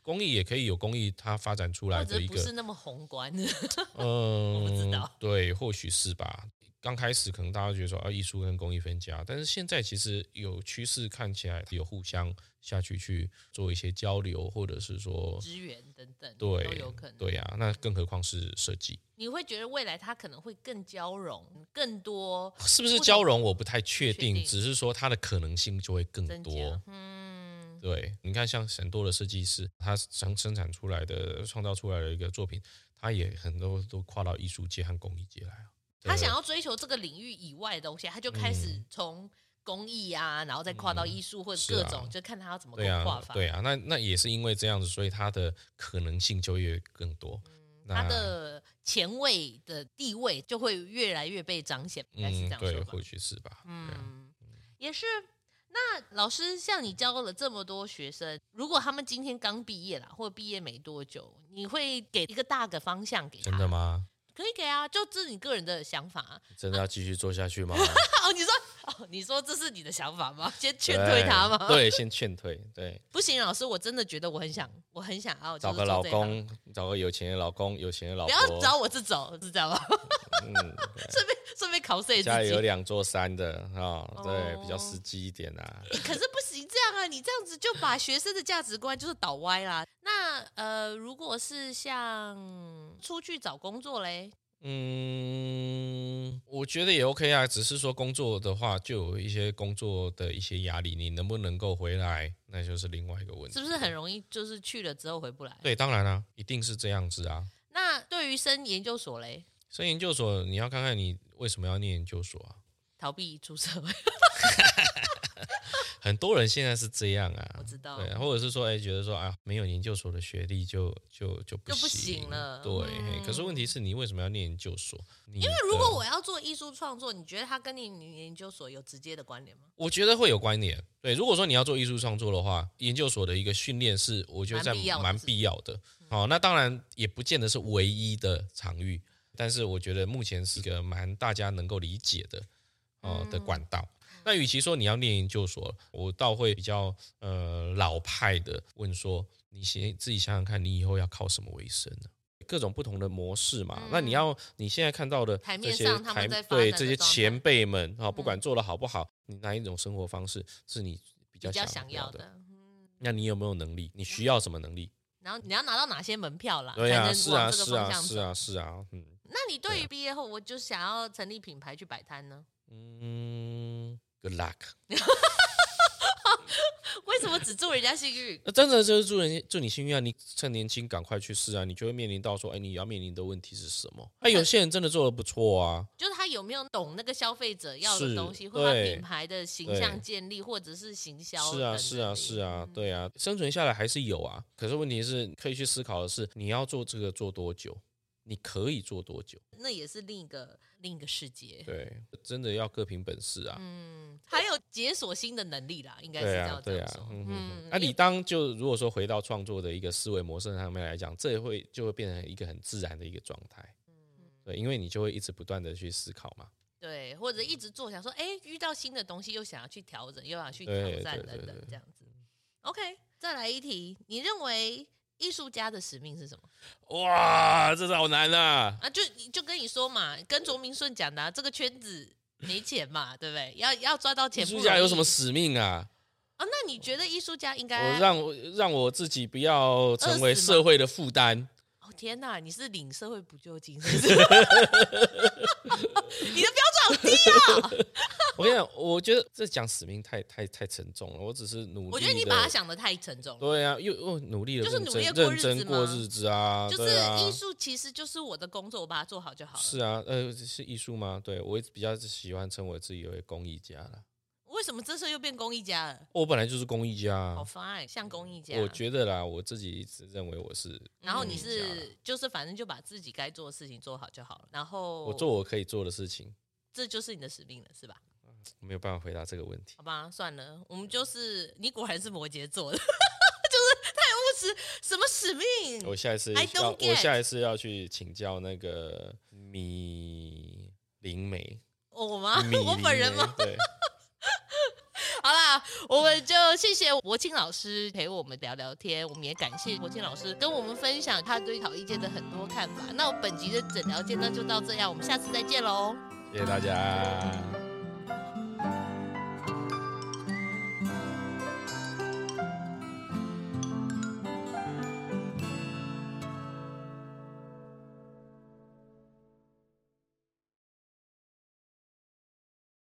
工艺也可以有工艺它发展出来或的者一不个是那么宏观。 嗯，不知道对，或许是吧。刚开始可能大家觉得说啊，艺术跟工艺分家，但是现在其实有趋势，看起来有互相下去去做一些交流，或者是说，支援等等，对，都有可能。对呀、啊那更何况是设 计，你会觉得未来它可能会更交融，更多是不是不同交融？我不太确确定，定只是说它的可能性就会更增加多。。嗯，对，你看，像很多的设计师，他生生产出来的、创造出来的一个作品，他也很多都跨到艺术界和工艺界来啊。他对嗯想要追求这个领域以外的东西，他就开始从工艺啊，然后再跨到艺术或者是啊各种，就看他要怎么对个啊跨，法。对啊，那那也是因为这样子，所以它的可能性就越更多。那他嗯的前卫的地位就会越来越被彰显，应该是这嗯，样对，说吧或？许是吧。对啊嗯，也是。那老师，像你教了这么多学生，如果他们今天刚毕业啦，或毕业没多久，你会给一个大的方向给他？真的？ 吗？可以给啊，就这是你个人的想法啊。 真的要继续做下去吗？哦，你说哦，你说这是你的想法吗？ 先 劝退他吗？，对，先劝退，对，不行，老师，我真的觉得我很想，我很想要就找是个做老这一行，公，找个有钱的老公，有钱的老不婆，要找我这种，是这样吗？ 嗯，顺便顺便考碎自己。家里有两座山的啊、对，比较哦实际一点啊。欸可是不行这样啊！你这样子就把学生的价值观就是倒歪啦。那呃，如果是像出去找工作嘞，嗯，我觉得也 OK 啊，只是说工作的话，就有一些工作的一些压力，你能不能够回来，那就是另外一个问题。是不是很容易就是去了之后回不来？对，啊当然啦、一定是这样子啊。那对于升研究所嘞，所以研究所，你要看看你为什么要念研究所啊？逃避出社会，很多人现在是这样啊，我知道对，或者是说，哎，觉得说啊，没有研究所的学历就就就不就不行了嗯对、嘿可是问题是你为什么要念研究所？因为那如果我要做艺术创作，你觉得它跟你你研究所有直接的关联吗？我觉得会有关联。对，如果说你要做艺术创作的话，研究所的一个训练是我觉得在蛮必要的蛮是不是嗯必要的。好、那当然也不见得是唯一的场域，但是我觉得目前是一个蛮大家能够理解的哦、的管道。嗯那与其说你要念研究所，我倒会比较呃老派的问说，你先自己想想看，你以后要靠什么为生呢？各种不同的模式嘛，那嗯你要你现在看到的台面这些上他台们在发对展这的些状态嗯前辈们啊，不管做的好不好，你哪一种生活方式是你比较比较想想要要的？的，那你有没有能力？你需要什么能力？然后你要拿到哪些门票啦，对才啊，能是啊，往这个是方啊，向是走？啊，是啊，嗯那你对于毕业后，我就想要成立品牌去摆摊呢？嗯，Good luck。为什么只祝人家幸运？那真的就是祝人祝你幸运啊！你趁年轻赶快去试啊，你就会面临到说，哎，你要面临的问题是什么？那有些人真的做的不错 啊，就是他有没有懂那个消费者要的是东西，或者他对品牌的形象建立，或者是行销是啊，是啊，是啊，嗯对啊，生存下来还是有啊。可是问题是，可以去思考的是，你要做这个做多久？你可以做多久？那也是另一个另一个世界。对，真的要各凭本事啊。嗯，还有解锁新的能力啦，应该是对这啊样，这对样啊说。，嗯嗯嗯嗯。那你当就如果说回到创作的一个思维模式上面来讲，这也会就会变成一个很自然的一个状态。嗯对，因为你就会一直不断的去思考嘛。对，或者一直做想说，哎，遇到新的东西又想要去调整，又想去挑对战对等对等对这样子。OK，再来一题，你认为艺术家的使命是什么？哇，这是好难啊！啊，就就跟你说嘛，跟卓明顺讲的、啊，这个圈子没钱嘛，对不对？要要赚到艺钱不容术易，家有什么使命啊？啊？那你觉得艺术家应该我让我让我自己不要成为啊饿死吗社会的负担。哦天哪，你是领社会补救金是不是？ 你的标准好低啊！我跟你讲，我觉得这讲使命太太太沉重了。我只是努力，我觉得你把它。想的太沉重了。对啊，又又努力的就是认努真力地过认日子真过吗日子啊，就是对啊艺术其实就是我的工作，我把它做好就好了。是啊，呃，是艺术吗？对我比较喜欢称我自己为工艺家啦。为为什么这时候又变公益家了？我本来就是公益家好啊， fine，像公益家。哦我觉得啦，我自己一直认为我是，然后你公益家啦是就是反正就把自己该做的事情做好就好了。然后我做我可以做的事情，这就是你的使命了，是吧？我没有办法回答这个问题。好吧，算了，我们就是你果然是摩羯座的， 就是太务实，什么使命？我下一次 I don't 要， get 我下一次要去请教那个米灵梅，我吗 米？啊我本人灵吗？梅？对， 好啦，我们就谢谢国庆老师陪我们聊聊天，我们也感谢国庆老师跟我们分享他对考医界的很多看法。那我本集的诊疗界呢就到这样，我们下次再见喽。谢谢大家。